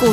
股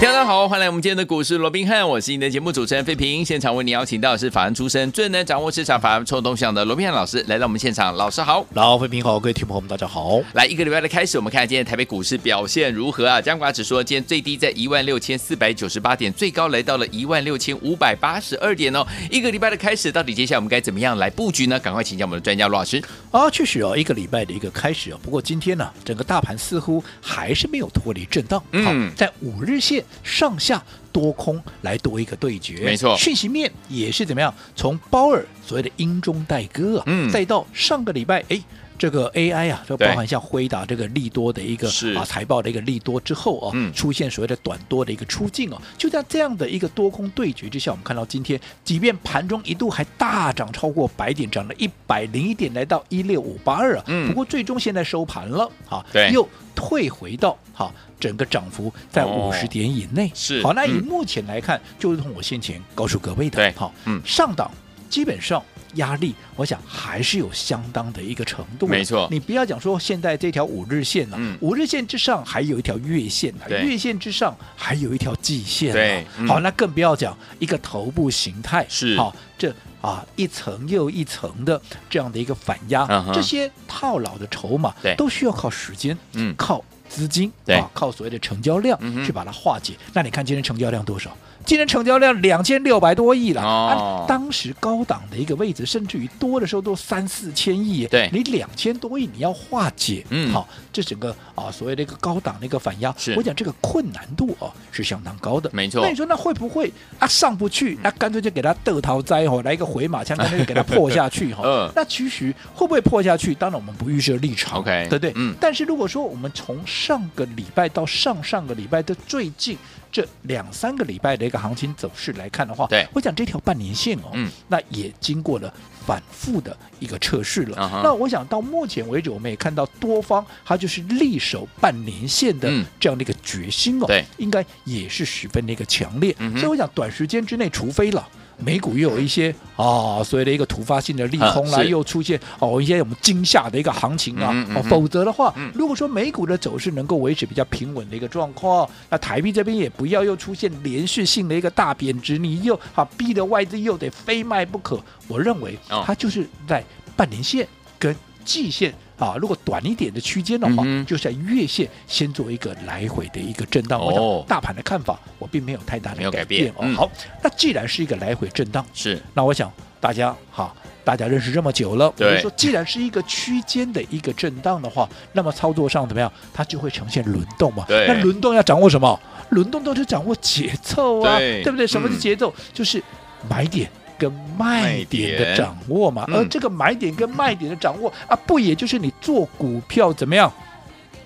大家好，欢迎来我们今天的股市罗宾汉，我是你的节目主持人费平。现场为你邀请到的是法案出身、最能掌握市场法案冲动向的罗宾汉老师来到我们现场，老师好。然后，飞平好，各位听众朋友们，大家好。来一个礼拜的开始，我们看今天台北股市表现如何啊？加权指数今天最低在一万六千四百九十八点，最高来到了一万六千五百八十二点哦。一个礼拜的开始，到底接下来我们该怎么样来布局呢？赶快请教我们的专家罗老师。啊，确实哦，一个礼拜的一个开始哦。不过今天呢，整个大盘似乎还是没有脱离震荡，嗯好在五日线上下多空来多一个对决，没错讯息面也是怎么样，从鲍尔所谓的英中带歌啊，嗯再到上个礼拜，哎。这个 AI 啊，就对包含像辉达这个利多的一个是啊财报的一个利多之后啊，嗯出现所谓的短多的一个出境哦、就在这样的一个多空对决之下，我们看到今天，即便盘中一度还大涨超过百点，涨了一百零一点，来到一六五八二啊，嗯不过最终现在收盘了，好，对又退回到好。整个涨幅在哦五十点以内，是好。那以嗯目前来看，就如同我先前告诉各位的，对好，嗯上档基本上压力，我想还是有相当的一个程度的，没错你不要讲说现在这条五日线呢、啊嗯五日线之上还有一条月线呢、对月线之上还有一条季线、啊，对嗯好，那更不要讲一个头部形态，是好这。啊，一层又一层的这样的一个反压嗯哼这些套牢的筹码对都需要靠时间，嗯靠资金，对啊，靠所谓的成交量、嗯哼去把它化解。那你看今天成交量多少？今天成交量两千六百多亿了、哦啊，当时高档的一个位置，甚至于多的时候都三四千亿耶，对你两千多亿你要化解，嗯好，这整个啊所谓的一个高档的一个反压是，我讲这个困难度哦是相当高的，没错嗯那你说那会不会啊上不去？那干脆就给它得逃灾哦，来一个回马枪，干脆就给它破下去 哈、嗯那其实会不会破下去？当然我们不预设立场 OK，对不对？嗯但是如果说我们从上个礼拜到上上个礼拜的最近这两三个礼拜的一个行情走势来看的话，对我讲这条半年线哦，嗯那也经过了反复的一个测试了。啊哈那我想到目前为止，我们也看到多方它就是力守半年线的嗯这样的一个决心哦，对应该也是十分的一个强烈。嗯哼所以我想，短时间之内，除非了。美股又有一些啊、所谓的一个突发性的利空啦，啊是又出现哦一些我们惊吓的一个行情啊，嗯哼嗯哦哼，否则的话，嗯如果说美股的走势能够维持比较平稳的一个状况，那台币这边也不要又出现连续性的一个大贬值，你又啊逼得外资又得非卖不可。我认为哦它就是在半年线跟季线。啊，如果短一点的区间的话，嗯哼就是在月线先做一个来回的一个震荡。我哦想大盘的看法，我并没有太大没有的改改变变哦。嗯好，那既然是一个来回震荡，是那我想大家哈，大家认识这么久了，我对就说，既然是一个区间的一个震荡的话，那么操作上怎么样，它就会呈现轮动嘛。对那轮动要掌握什么？轮动都是掌握节奏啊，对不对？什么是嗯节奏？就是买点。跟卖点卖点的掌握嘛，嗯而这个买点跟卖点的掌握、啊，不也就是你做股票怎么样，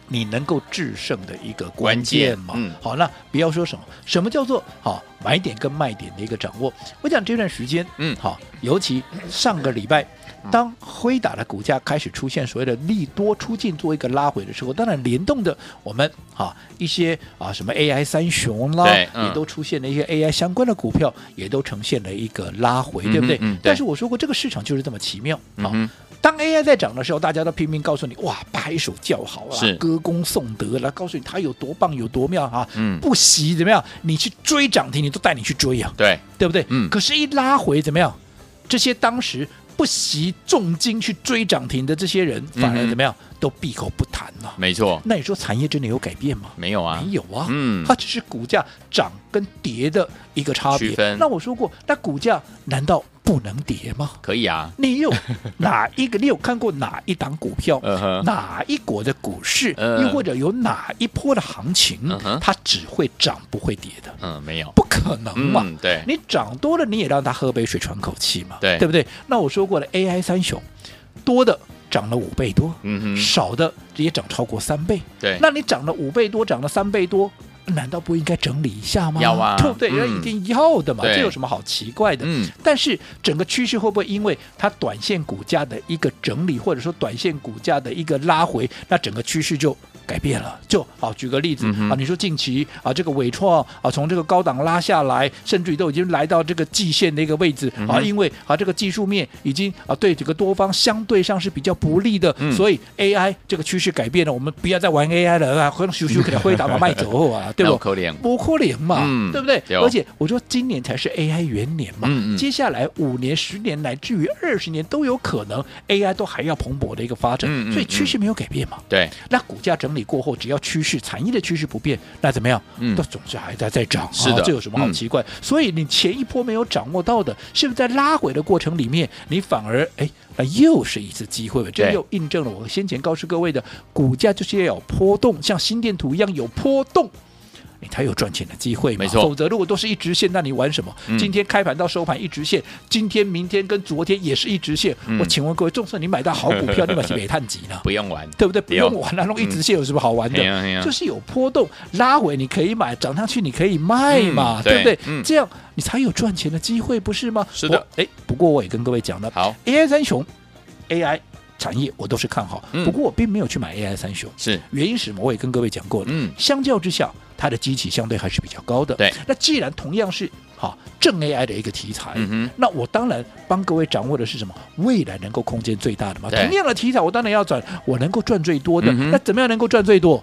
你能够制胜的一个关键嘛？关键嗯好，那不要说什么什么叫做好买点跟卖点的一个掌握。我讲这段时间，嗯好，尤其上个礼拜，当辉达的股价开始出现所谓的利多出尽做一个拉回的时候，当然联动的我们啊一些啊什么 AI 三雄啦对，嗯也都出现了一些 AI 相关的股票，也都呈现了一个拉回，对不对？嗯哼嗯对但是我说过，这个市场就是这么奇妙啊。嗯哼当 AI 在涨的时候，大家都拼命告诉你，哇，拍手叫好啊是，歌功颂德啦，告诉你它有多棒，有多妙啊！嗯不惜怎么样，你去追涨停，你都带你去追呀、对，对不对？嗯可是，一拉回怎么样？这些当时不惜重金去追涨停的这些人，反嗯而哼怎么样？都闭口不谈了、没错，那你说产业真的有改变吗？没有啊，没有啊，嗯它只是股价涨跟跌的一个差区别分。那我说过，那股价难道不能跌吗？可以啊，你有哪一个？你有 看过哪一档股票？嗯哼哪一国的股市？嗯又或者有哪一波的行情？嗯哼它只会涨不会跌的，嗯，没有，不可能嘛？嗯，对，你涨多了，你也让它喝杯水喘口气嘛，对不对？那我说过了，AI 三雄多的涨了五倍多，嗯哼少的也涨超过三倍，对，那你涨了五倍多，涨了三倍多，难道不应该整理一下吗？要啊 对不对？嗯那一定要的嘛，对这有什么好奇怪的？嗯但是整个趋势会不会因为它短线股价的一个整理，或者说短线股价的一个拉回，那整个趋势就改变了？就好，举个例子、嗯哼啊，你说近期啊，这个伟创啊，从这个高档拉下来，甚至于都已经来到这个季线的一个位置、啊，嗯哼因为啊，这个技术面已经啊对整个多方相对上是比较不利的，嗯所以 AI 这个趋势改变了，我们不要再玩 AI 了啊，回咻咻给它回答把卖走啊，对不有？可能不可能嘛，嗯对不对？对哦而且我说今年才是 AI 元年嘛，嗯嗯接下来五年、十年乃至于二十年都有可能 AI 都还要蓬勃的一个发展，嗯嗯所以趋势没有改变嘛。对，那股价整理过后，只要趋势产业的趋势不变，那怎么样？嗯都总是还在在涨，是的嗯啊这有什么好奇怪？所以你前一波没有掌握到的，是不是在拉回的过程里面，你反而哎，那又是一次机会了？这对又印证了我先前告诉各位的，股价就是要有波动，像心电图一样有波动。你才有赚钱的机会嘛，没错否则如果都是一直线，那你玩什么？嗯今天开盘到收盘一直线，今天、明天跟昨天也是一直线。嗯我请问各位，就算你买到好 股票，你买去煤炭级呢？不用玩，对不对？不对哦用玩了，啊弄一直线有什么好玩的嘿？呀嘿呀就是有波动，拉回你可以买，涨上去你可以卖嘛，嗯对不对对？嗯这样你才有赚钱的机会，不是吗？是的我。哎，不过我也跟各位讲了好，AI 三雄，AI 产业我都是看好，嗯不过我并没有去买 AI 三雄，是，原因是什么？我也跟各位讲过了，嗯相较之下，它的基期相对还是比较高的。对，那既然同样是哈正 AI 的一个题材，嗯哼，那我当然帮各位掌握的是什么？未来能够空间最大的嘛。对同样的题材，我当然要转，我能够赚最多的。嗯哼那怎么样能够赚最多？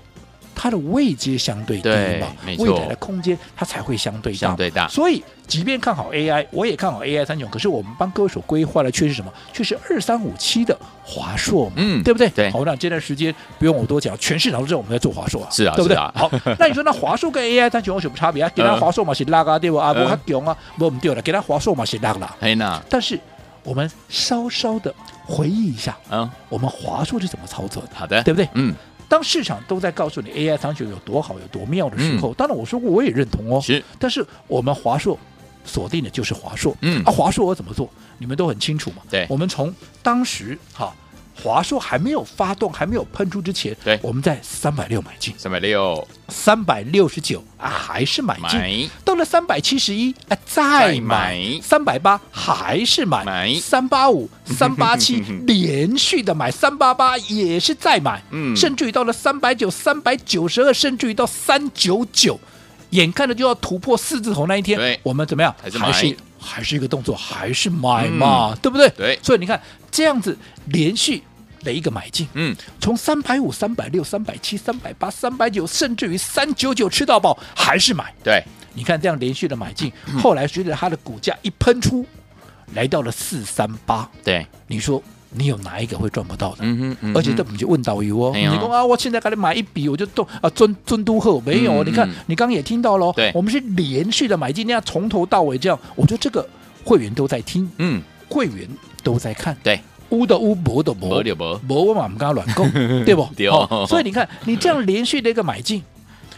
它的位阶相对低对嘛没，错未来的空间它才会相对大。相对大所以，即便看好 AI，我也看好 AI 三雄，可是我们帮各位所规划的却是什么？却是二三五七的华硕嘛，嗯对不对？对好，那这段时间不用我多讲，全市场都知道我们在做华硕啊，是啊对不对？是啊好，那你说那华硕跟 AI 三雄有什么差别啊？给他嗯华硕嘛是拉啊，对不啊？嗯不它强啊，不我们对了，给他华硕嘛是拉啦。嘿娜，但是我们稍稍的回忆一下，嗯，我们华硕是怎么操作的，好的，对不对？嗯，当市场都在告诉你 AI 三雄有多好、有多妙的时嗯候，当然我说过我也认同哦，是，但是我们华硕锁定的就是华硕，嗯啊，华硕我怎么做，你们都很清楚嘛。对我们从当时哈。华硕还没有发动、还没有喷出之前，对我们在三百六买进，三百六三百六十九啊还是买进，买，到了三百七十一啊，再再买买三百八还是买买三 八五、三八七连续的买三八八也是再买，嗯甚至于到了三百九、三百九十二，甚至于到三九九，眼看着就要突破四字头那一对天，我们怎么样？还是买嗯是还是一个动作，还是买嘛，对不对？对所以你看这样子连续的一个买进，嗯，从三百五、三百六、三百七、三百八、三百九，甚至于三九九吃到饱，还是买。对，你看这样连续的买进，嗯后来随着它的股价一喷出，来到了四三八，对，你说你有哪一个会赚不到的？嗯哼，嗯哼而且这不就问导游哦，哎你呦说啊，我现在给你买一笔，我就动啊，尊尊都后没有？嗯你看嗯你刚刚也听到喽对，我们是连续的买进，那样从头到尾这样，我觉得这个会员都在听，嗯，会员都在看，对，乌的乌，博的博没，就没博我嘛不敢乱 购，对不？对哦好所以你看，你这样连续的一个买进。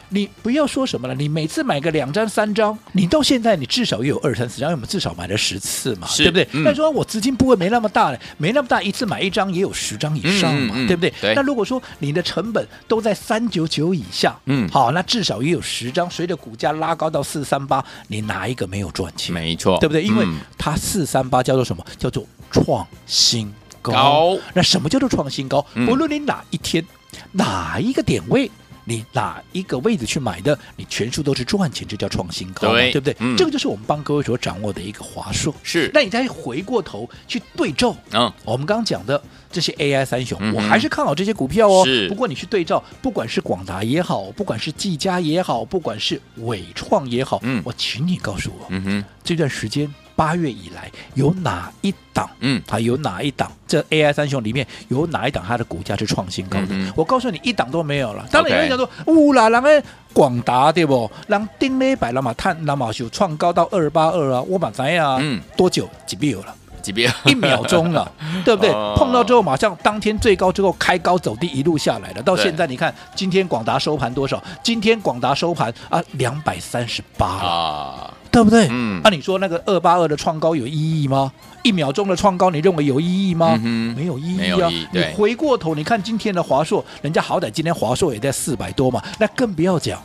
你不要说什么了，你每次买个两张三张，你到现在你至少也有二三十张，因为我们至少买了十次嘛，是对不对？嗯那说我资金不会没那么大嘞，没那么大，一次买一张也有十张以上嘛，嗯嗯嗯对不对？对那如果说你的成本都在三九九以下，嗯好，那至少也有十张，随着股价拉高到四三八，你哪一个没有赚钱？没错，对不对？因为嗯它四三八叫做什么？叫做创新高。高那什么叫做创新高？嗯不论你哪一天、哪一个点位。你哪一个位置去买的，你全数都是赚钱，这叫创新高嘛，对不对？嗯这个就是我们帮各位所掌握的一个华硕。是，那你再回过头去对照，嗯，我们刚刚讲的这些 AI 三雄，嗯哼我还是看好这些股票哦是。不过你去对照，不管是广达也好，不管是技嘉也好，不管是伟创也好，嗯我请你告诉我，嗯哼，这段时间八月以来有哪一档？嗯，啊，有哪一档？这 AI 三雄里面有哪一档它的股价是创新高的？嗯哼我告诉你，一档都没有了。当然 OK 有人讲说，呜啦，人家广达对不？人丁力百拉马碳拉马秀创高到二八二啊，啊我把咱呀，嗯多久几秒 了？几遍，一秒 钟了，对不对哦？碰到之后马上当天最高之后开高走低，一路下来了。到对现在你看，今天广达收盘多少？今天广达收盘啊，两百三十八了，啊，对不对？嗯那、，你说那个二八二的创高有意义吗？一秒钟的创高，你认为有意义吗？嗯哼没有意没义有啊意义！你对回过头，你看今天的华硕，人家好歹今天华硕也在四百多嘛，那更不要讲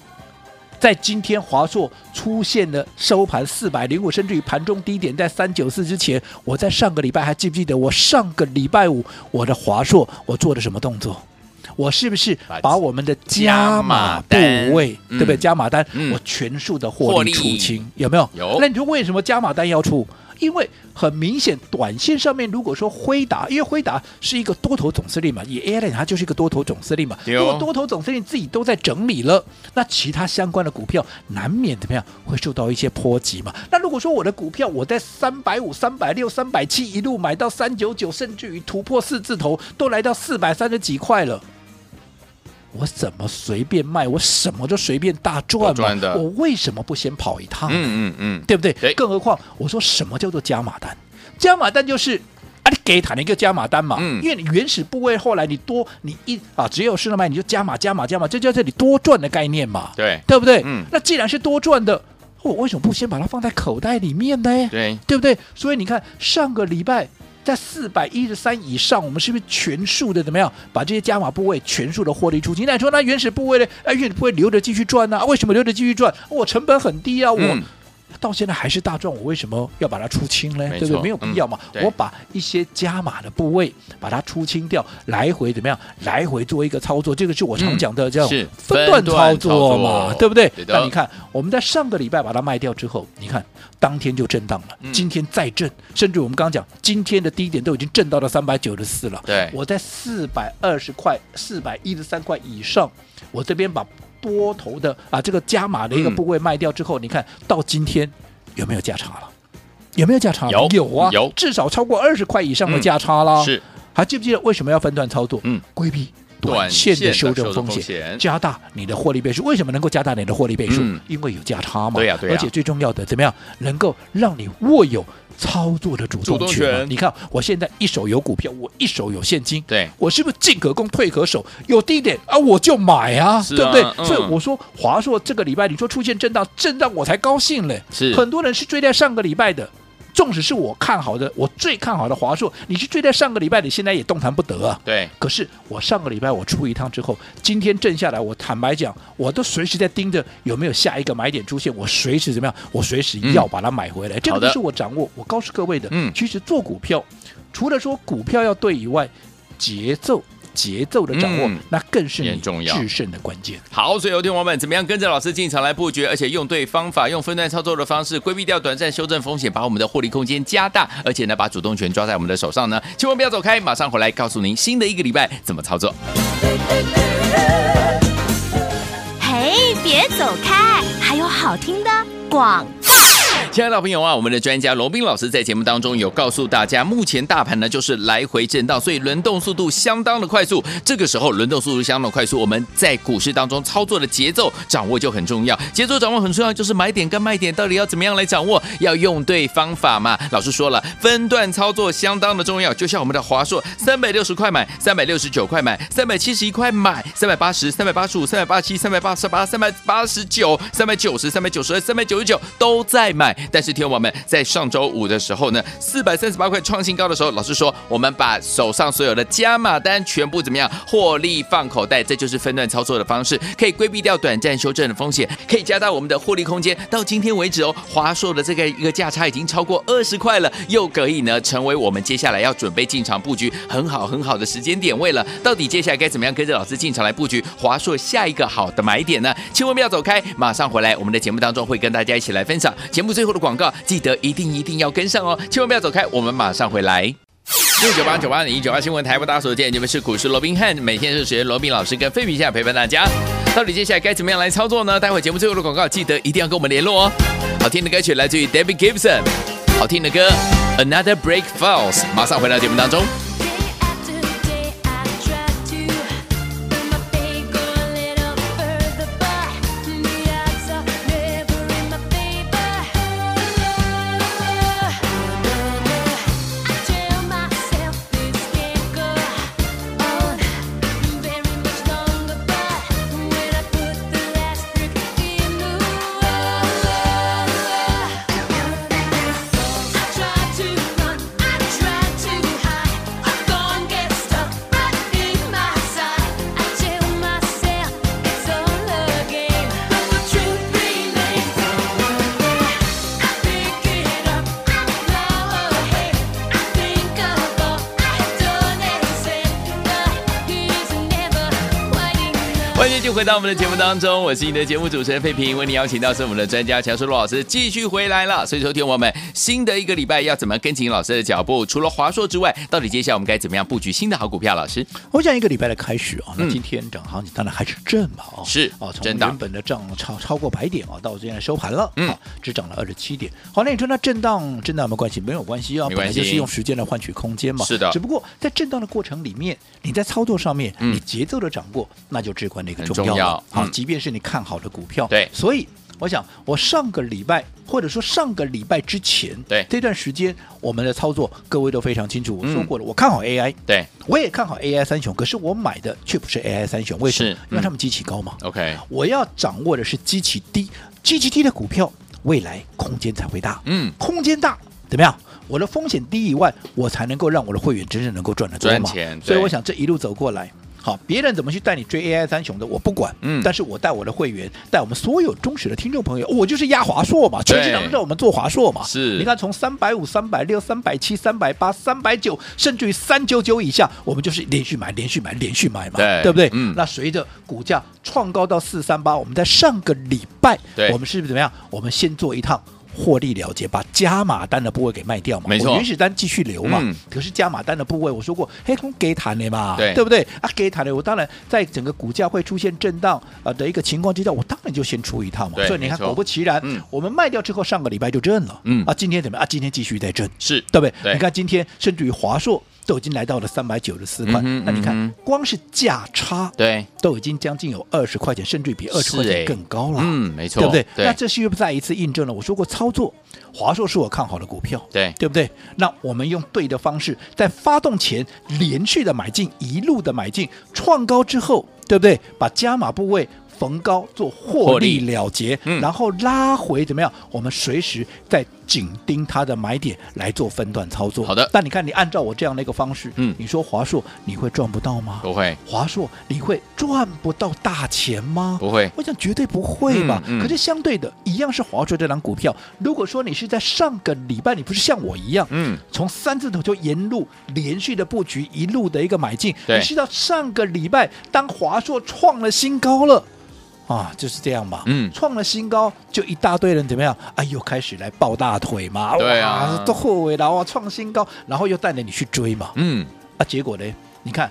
在今天华硕出现了收盘四百零五，甚至于盘中低点在三九四之前，我在上个礼拜还记不记得？我上个礼拜五我的华硕我做了什么动作？我是不是把把我们的加加码码部单位，嗯对不对？加码单，嗯我全数的获获利利出清，有没有？有那你说为什么加码单要出？因为很明显，短线上面如果说辉达，因为辉达是一个多头总司令嘛，以 a l a n 它就是一个多头总司令嘛。对哦如果多头总司令自己都在整理了，那其他相关的股票难免怎么样会受到一些波及嘛。那如果说我的股票我在三百五、三百六、三百七一路买到三九九，甚至于突破四字头，都来到四百三十几块了。我怎么随便卖？我什么都随便大赚嘛！都赚的我为什么不先跑一趟呢？嗯嗯嗯，对不对？对更何况我说什么叫做加码单？加码单就是。啊，你给他一个加码单嘛，嗯因为你原始部位后来你多你一啊，只有适当卖你就加码加码加码，这就叫这里多赚的概念嘛，对对不对？嗯那既然是多赚的，我为什么不先把它放在口袋里面呢？对，对不对？所以你看上个礼拜在四百一十三以上，我们是不是全数的怎么样把这些加码部位全数的获利出清？那你说那原始部位呢？哎，原始部位留着继续赚呢、啊？为什么留着继续赚？我成本很低啊，我。嗯到现在还是大赚，我为什么要把它出清呢？没对不对？错没有必要嘛。嗯对我把一些加码的部位把它出清掉，来回怎么样？来回做一个操作，这个是我常讲的叫嗯是分段分段操作操嘛，作对不对对？的那你看，我们在上个礼拜把它卖掉之后，你看当天就震荡了，嗯今天再震，甚至我们刚刚讲今天的低点都已经震到了三百九十四了。对我在四百二十块、四百一十三块以上，我这边把多头的啊这个加码的一个嗯部位卖掉之后，你看到今天有没有价差了？有没有价差了？有啊，有至少超过二十块以上的嗯价差啦。是还记不记得为什么要分段操作？嗯，规避短短线线的的修修正正风风险险，加大你的获利倍数。为什么能够加大你的获利倍数？嗯因为有价差嘛。对呀对呀而且最重要的，怎么样能够让你握有操作的主主动动权嘛？权你看，我现在一手有股票，我一手有现金，对我是不是进可攻退可守？有低点啊，我就买啊，是啊对不对？嗯所以我说华硕这个礼拜你说出现震荡，震荡我才高兴嘞。是很多人是追在上个礼拜的。纵使是我看好的，我最看好的华硕，你是追在上个礼拜，你现在也动弹不得啊。对可是我上个礼拜我出一趟之后，今天震下来，我坦白讲，我都随时在盯着有没有下一个买点出现，我随时怎么样，我随时要把它买回来。这好的个就是我掌握。我告诉各位的，嗯其实做股票，除了说股票要对以外，节奏。节奏的掌握，嗯那更是也你很重要制胜的关键。好，所以有听友们怎么样跟着老师进场来布局，而且用对方法，用分段操作的方式，规避掉短暂修正风险，把我们的获利空间加大，而且呢，把主动权抓在我们的手上呢，千万不要走开，马上回来告诉您新的一个礼拜怎么操作。嘿，别走开，还有好听的广。亲爱的老朋友啊，我们的专家罗斌老师在节目当中有告诉大家，目前大盘呢就是来回震荡，所以轮动速度相当的快速。这个时候轮动速度相当的快速，我们在股市当中操作的节奏掌握就很重要。节奏掌握很重要，就是买点跟卖点到底要怎么样来掌握，要用对方法嘛。老师说了，分段操作相当的重要，就像我们的华硕三百六十块买，三百六十九块买，三百七十一块买，三百八十、三百八十五、三百八十七、三百八十八、三百八十九、三百九十、三百九十二、三百九十九都在买。但是，听众朋友们，在上周五的时候呢，四百三十八块创新高的时候，老师说我们把手上所有的加码单全部怎么样获利放口袋，这就是分段操作的方式，可以规避掉短暂修正的风险，可以加大我们的获利空间。到今天为止哦，华硕的这个一个价差已经超过二十块了，又可以呢成为我们接下来要准备进场布局很好很好的时间点位了。到底接下来该怎么样跟着老师进场来布局华硕下一个好的买点呢？千万不要走开，马上回来，我们的节目当中会跟大家一起来分享。节目最后的广告，记得一定一定要跟上哦，千万不要走开，我们马上回来。六九八九八零一九八新闻台播大家所见，你们是股市罗宾汉，每天是学罗宾老师跟费皮下陪伴大家。到底接下来该怎么样来操作呢？待会节目最后的广告，记得一定要跟我们联络哦。好听的歌曲来自于 David Gibson，好听的歌 Another Break Falls，马上回到节目当中。 Day after day, I try to put my finger a little further, but the odds are never in my favor. I tell myself this can't go on very much longer, but when I put the last brick in the wall. I try to run, I try to hide. 欢迎继续回到我们的节目当中，我是你的节目主持人费平，为你邀请到是我们的专家强叔罗老师继续回来了。所以说，听我们新的一个礼拜要怎么跟紧老师的脚步？除了华硕之外，到底接下来我们该怎么样布局新的好股票？老师，我讲一个礼拜的开始啊，那嗯今天整行情当然还是正嘛，哦，是哦，从真的原本的涨超超过百点啊，到今天的收盘了，嗯好，只涨了二十七点。好，那你说那震荡震荡有没有关系？没有关系啊，没本关来系就是用时间来换取空间嘛，是的只不过在震荡的过程里面，你在操作上面，嗯你节奏的掌握，那就至关的一个很重要重要了。好，嗯即便是你看好的股票，对所以。我想，我上个礼拜或者说上个礼拜之前，对这段时间我们的操作，各位都非常清楚。我说嗯过了，我看好 AI，对我也看好 AI 三雄，可是我买的却不是 AI 三雄，为什么是？因嗯为他们基期高嘛。 ，OK，我要掌握的是基期低，基期低的股票，未来空间才会大。嗯，空间大怎么样？我的风险低以外，我才能够让我的会员真正能够赚得多嘛。赚钱对所以我想这一路走过来。好，别人怎么去带你追 AI 三雄的，我不管。嗯但是我带我的会员，带我们所有忠实的听众朋友，我就是压华硕嘛，全市场都让我们做华硕嘛。是你看从三百五、三百六、三百七、三百八、三百九，甚至于三九九以下，我们就是连续买、连续买、连续买嘛，对不对？嗯那随着股价创高到四三八，我们在上个礼拜，对我们是不是怎么样？我们先做一趟。获利了结，把加码单的部位给卖掉嘛，没错我原始单继续留嘛。嗯可是加码单的部位，我说过，嘿，空给谈的嘛，对不对？啊，给谈的，我当然在整个股价会出现震荡啊的一个情况之下，我当然就先出一趟嘛对。所以你看，没错果不其然，嗯我们卖掉之后，上个礼拜就震了，嗯啊，今天怎么样？啊，今天继续在震，是对不对？对你看今天甚至于华硕都已经来到了三百九十四块，嗯哼那你看、嗯光是价差对，都已经将近有二十块钱，甚至于比二十是块欸钱更高了。嗯，没错，对不对？那对这是又再一次印证了我说过，操作华硕是我看好的股票，对对不对？那我们用对的方式，在发动前连续的买进，一路的买进，创高之后，对不对？把加码部位。逢高做获利了结，嗯然后拉回怎么样？我们随时再紧盯它的买点来做分段操作。好的但你看，你按照我这样的一个方式，嗯你说华硕你会赚不到吗？不会华硕你会赚不到大钱吗？不会，我想绝对不会吧。嗯嗯可是相对的，一样是华硕这档股票。如果说你是在上个礼拜，你不是像我一样，嗯，从三字头就沿路连续的布局，一路的一个买进，对你是到上个礼拜，当华硕创了新高了。啊，就是这样嘛，嗯创了新高，就一大堆人怎么样？哎呦，开始来抱大腿嘛，对啊哇都后悔了哇，创新高，然后又带着你去追嘛，嗯，啊，结果呢？你看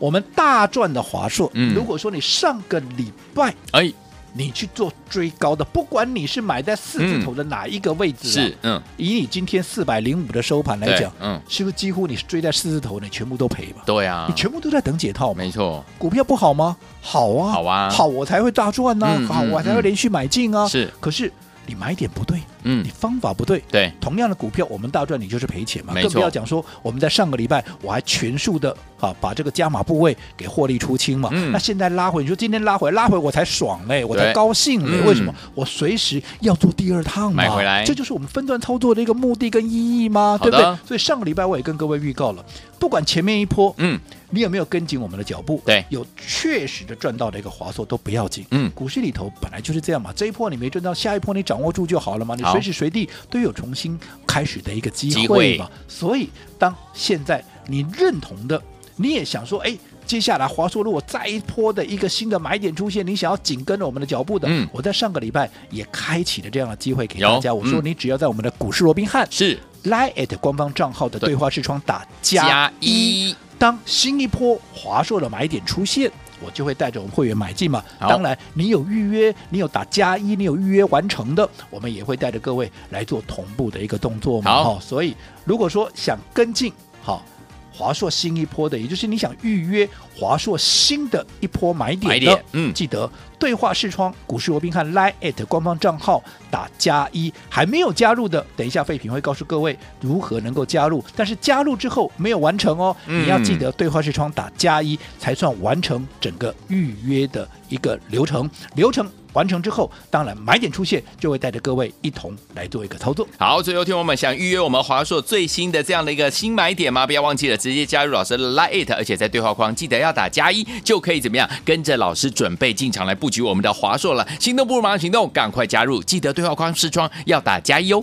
我们大赚的华硕，嗯如果说你上个礼拜哎，你去做追高的，不管你是买在四字头的哪一个位置、啊是，嗯，以你今天四百零五的收盘来对讲，嗯，是不是几乎你是追在四字头，你全部都赔吧？对呀你，全部都在等解套嘛？没错，股票不好吗？好啊，好啊好我才会大赚呐、嗯好嗯我才会嗯连续买进啊。是，可是你买点不对，嗯你，方法不对，对，同样的股票，我们大赚你就是赔钱嘛，没更不错要讲说我们在上个礼拜我还全数的啊把这个加码部位给获利出清嘛，嗯那现在拉回，你说今天拉回拉回我才爽嘞，我才对高兴嘞，嗯为什么？我随时要做第二趟嘛，买回来这就是我们分段操作的一个目的跟意义嘛，好的对不对？所以上个礼拜我也跟各位预告了，不管前面一波，嗯，你有没有跟紧我们的脚步？对有确实的赚到的一个华硕都不要紧。嗯股市里头本来就是这样嘛，这一波你没赚到，下一波你掌握住就好了嘛，你好随时随地都有重新开始的一个机机会会嘛。所以，当现在你认同的，你也想说，哎。接下来，华硕如果再一波的一个新的买点出现，你想要紧跟着我们的脚步的，嗯我在上个礼拜也开启了这样的机会给有大家。我说，嗯你只要在我们的股市罗宾汉是 Line at 官方账号的对对话视窗打加加一一，当新一波华硕的买点出现，我就会带着我们会员买进嘛。好当然，你有预约，你有打加一，你有预约完成的，我们也会带着各位来做同步的一个动作嘛。好哦所以如果说想跟进，好。华硕新一波的，也就是你想预约华硕新的一波买点的，买点嗯记得对话视窗股市罗宾汉 Line at 官方账号打加一，还没有加入的，等一下废品会告诉各位如何能够加入。但是加入之后没有完成哦，嗯你要记得对话视窗打加一才算完成整个预约的一个流程。流程完成之后，当然买点出现就会带着各位一同来做一个操作。好，最后听我们想预约我们华硕最新的这样的一个新买点吗？不要忘记了，直接加入老师的 Line It，而且在对话框记得要打加一，就可以怎么样跟着老师准备进场来布局我们的华硕了。行动不如马上行动，赶快加入！记得对话框视窗要打加一哦。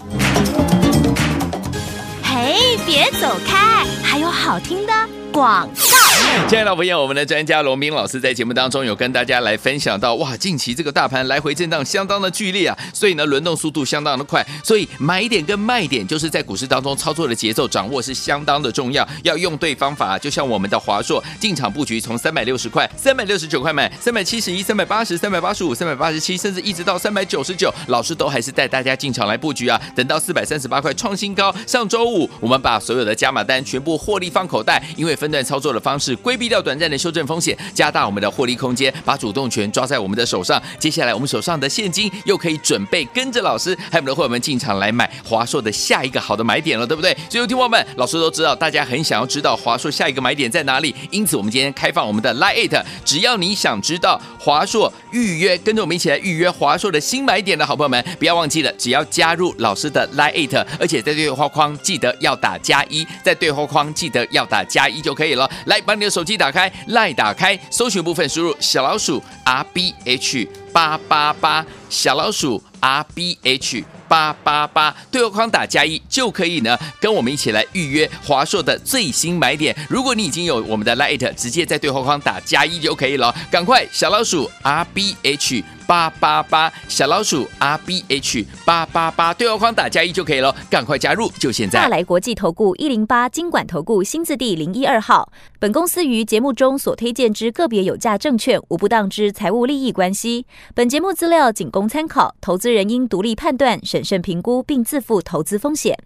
嘿，别走开，还有好听的广告。 亲爱的朋友，我们的专家龙斌老师在节目当中有跟大家来分享到，哇，近期这个大盘来回震荡相当的剧烈啊，所以呢轮动速度相当的快，所以买点跟卖点就是在股市当中操作的节奏掌握是相当的重要，要用对方法。就像我们的华硕进场布局，从三百六十块、三百六十九块买，三百七十一、三百八十、三百八十五、三百八十七，甚至一直到三百九十九，老师都还是带大家进场来布局啊。等到四百三十八块创新高，上周五我们把所有的加码单全部获利放口袋，因为分段操作的方式，规避掉短暂的修正风险，加大我们的获利空间，把主动权抓在我们的手上。接下来我们手上的现金又可以准备跟着老师还有我们的会员们进场来买华硕的下一个好的买点了，对不对？所以听众朋友们，老师都知道大家很想要知道华硕下一个买点在哪里，因此我们今天开放我们的 Line It，只要你想知道华硕预约，跟着我们一起来预约华硕的新买点的好朋友们，不要忘记了，只要加入老师的 Line It，而且在对话框记得要打加一，在对话框记得要打加一就可以了。来，把你的手机打开，Line 打开，搜寻部分输入小老鼠 R B H 八八八，小老鼠 R B H。八八八对话框打加一就可以呢，跟我们一起来预约华硕的最新买点。如果你已经有我们的 Lite，直接在对话框打加一就可以了。赶快，小老鼠 R B H 八八八，小老鼠 R B H 八八八，对话框打加一就可以了。赶快加入，就现在大。来国际投顾一零八金管投顾新字第零一二号。本公司于节目中所推荐之个别有价证券，无不当之财务利益关系。本节目资料仅供参考，投资人应独立判断、审慎评估，并自负投资风险。